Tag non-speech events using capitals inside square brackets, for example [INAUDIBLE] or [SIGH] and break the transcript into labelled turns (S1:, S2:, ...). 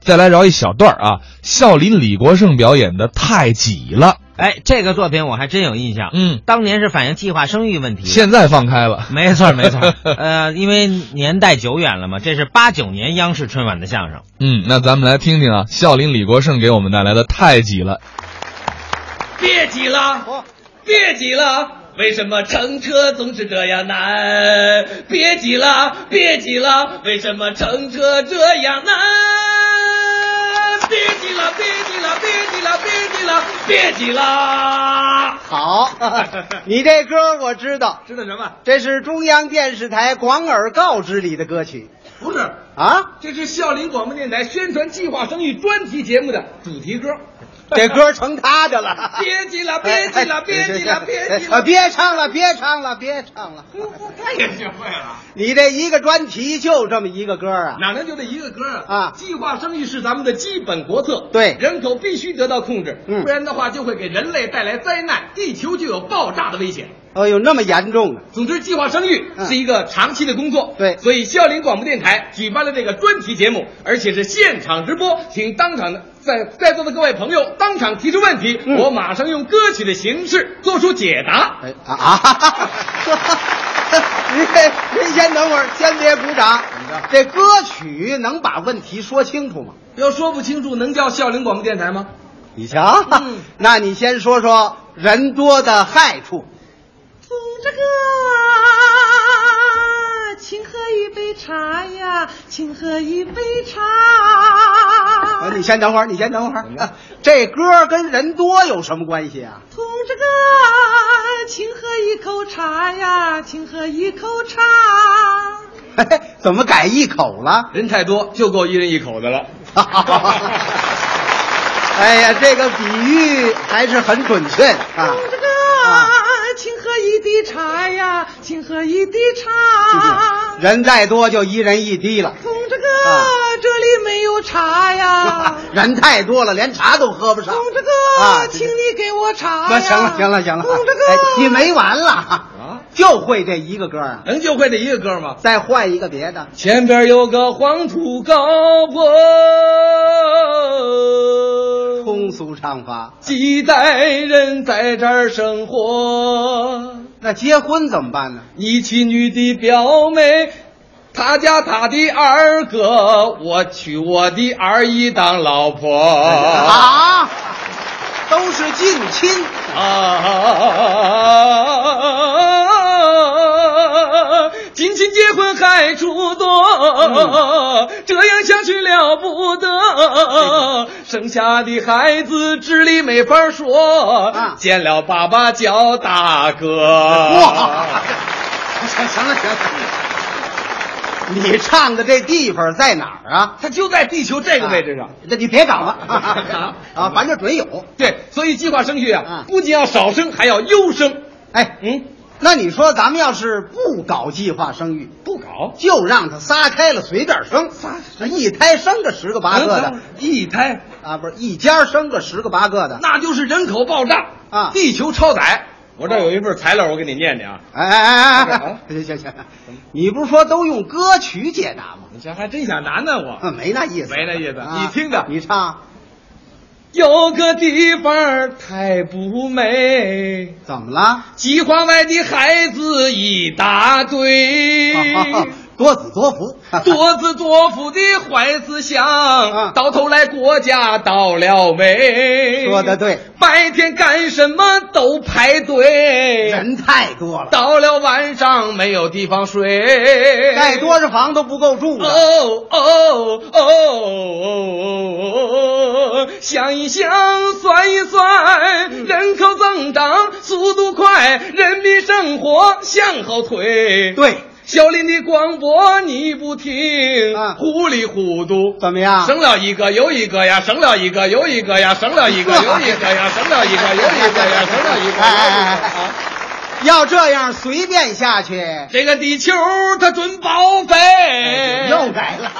S1: 再来饶一小段儿啊，孝林李国盛表演的《太挤了》。
S2: 哎，这个作品我还真有印象，
S1: 嗯，
S2: 当年是反映计划生育问题的。
S1: 现在放开了，
S2: 没错没错，呃，因为年代久远了嘛，这是八九年央视春晚的相声。
S1: 嗯，那咱们来听听啊，孝林李国盛给我们带来的《太挤了》。
S3: 别挤了，别挤了。为什么乘车总是这样难？别挤了，别挤了。为什么乘车这样难？别挤了，别挤了，别挤了，别挤了，别挤了。
S4: 好， [LAUGHS] 你这歌我知道，
S3: 知道什么？
S4: 这是中央电视台广而告之里的歌曲
S3: 不是，
S4: 啊。
S3: 这是孝林广播电台宣传计划生育专题节目的主题歌。
S4: 这歌哎成他的了。
S3: [LAUGHS] 别挤了， [LAUGHS] 别挤了，别挤了，别挤
S4: 啊！
S3: 了。
S4: 别唱了，别唱了，别唱了。
S3: 他也学会了。
S4: 你这一个专题就这么一个歌啊？
S3: 哪能就这一个歌啊？
S4: 啊
S3: 计划生育是咱们的基本国策，
S4: 对
S3: 人口必须得到控制，
S4: 嗯
S3: 不然的话就会给人类带来灾难，地球就有爆炸的危险。
S4: 哎呦，那么严重啊！
S3: 总之，计划生育
S4: 嗯
S3: 是一个长期的工作，
S4: 对
S3: 所以孝林广播电台举办了这个专题节目，而且是现场直播，请当场的在在座的各位朋友当场提出问题，
S4: 嗯
S3: 我马上用歌曲的形式做出解答。
S4: 哎啊 [LAUGHS] 啊！您这您先等会儿，先别鼓掌。这歌曲能把问题说清楚吗？
S3: 要说不清楚，能叫孝林广播电台吗？
S4: 你瞧，
S3: 嗯
S4: 啊 [LAUGHS] 那你先说说人多的害处。
S5: 听这个，请喝一杯茶呀，请喝一杯茶
S4: 啊，。你先等会儿，你先等会儿。啊这歌跟人多有什么关系啊？
S5: 同志哥，请喝一口茶呀，请喝一口茶。
S4: 啊嘿嘿怎么改一口了？ [LAUGHS]
S3: 人太多，就够一人一口的了。
S4: 哎呀，这个比喻还是很准确的啊
S5: 同。志哥
S4: 啊，
S5: 请喝一滴茶呀，请喝一滴
S4: 啊
S5: 茶。
S4: 人再多就一人一滴了，
S5: 同志哥
S4: 啊，
S5: 这里没有茶
S4: [LAUGHS]
S5: 呀。
S4: 人太多了，连茶都喝不上。
S5: 同志哥，
S4: 啊
S5: 请你给我茶
S4: 说
S5: 呀。
S4: 行了，行了，行了，
S5: 同志哥，
S4: 哎你没完了
S3: 啊！
S4: [LAUGHS] 就会这一个歌啊，
S3: 能就会这一个歌吗？
S4: 再换一个别的。
S3: 前边有个黄土高坡，
S4: 通俗唱法，
S3: 几代人在这儿生活。
S4: 那结婚怎么办呢？
S3: 你娶你的表妹，他家他的二哥，我娶我的二姨当老婆。
S4: [LAUGHS]
S3: 啊
S4: 啊，都是近亲。
S3: 近亲结婚害处多，这样下去了不得，生下的孩子智力没法说
S4: 啊，
S3: 见了爸爸叫大啊
S4: 哇 [LAUGHS]
S3: 哥。！
S4: 行行了行了，你唱的这地方在哪儿啊？
S3: 他就在地球这个位置上。
S4: 啊，那你
S3: [LAUGHS]
S4: 别找了啊，反正准有。
S3: 对，所以计划生育啊
S4: 啊，
S3: 不仅要少生，还要优生。
S4: 哎，
S3: 嗯，
S4: 那你说咱们要是不搞计划生育，
S3: 不搞，
S4: 就让他撒开了随便生，那一胎生个十个八个的
S3: 嗯一胎，
S4: 啊，不是一家生个十个八个的。
S3: 那就是人口爆炸
S4: 啊
S3: 地球超载。我这儿有一份材料，我给你念念啊。
S4: 哎哎哎
S3: 不是啊，
S4: 哎行行行，你不是说都用歌曲解答吗？
S3: 你这还真想难呢我。
S4: 嗯 [LAUGHS] 没那意思，
S3: 没那意思
S4: 啊
S3: 你听着
S4: 你唱
S3: 有个地方儿太不美，
S4: 怎么了？
S3: 计划外的孩子一大堆。
S4: [LAUGHS] 多子多福，
S3: [LAUGHS] 多子多福的坏思想
S4: 啊，
S3: 到头来国家倒了霉。
S4: [LAUGHS] 说得对，
S3: 白天干什么都排队，
S4: 人太多了，
S3: 到了晚上没有地方睡。
S4: 盖多少房都不够住
S3: 哦
S4: 啊！
S3: 哦哦哦哦！想一想，算一算，人口增长速度快，人民生活向后退。。
S4: 对，
S3: 小林的广播你不听，
S4: 啊
S3: 糊里糊涂。
S4: 怎么样？
S3: 省了一个又一个呀，省了一个又一个呀，省了一个又一个呀，省了一个又一个呀，省了一个又一个
S4: 哎哎哎
S3: 呀。啊
S4: 要这样随便下去，
S3: 这个地球它准报废，
S4: 哎又改了。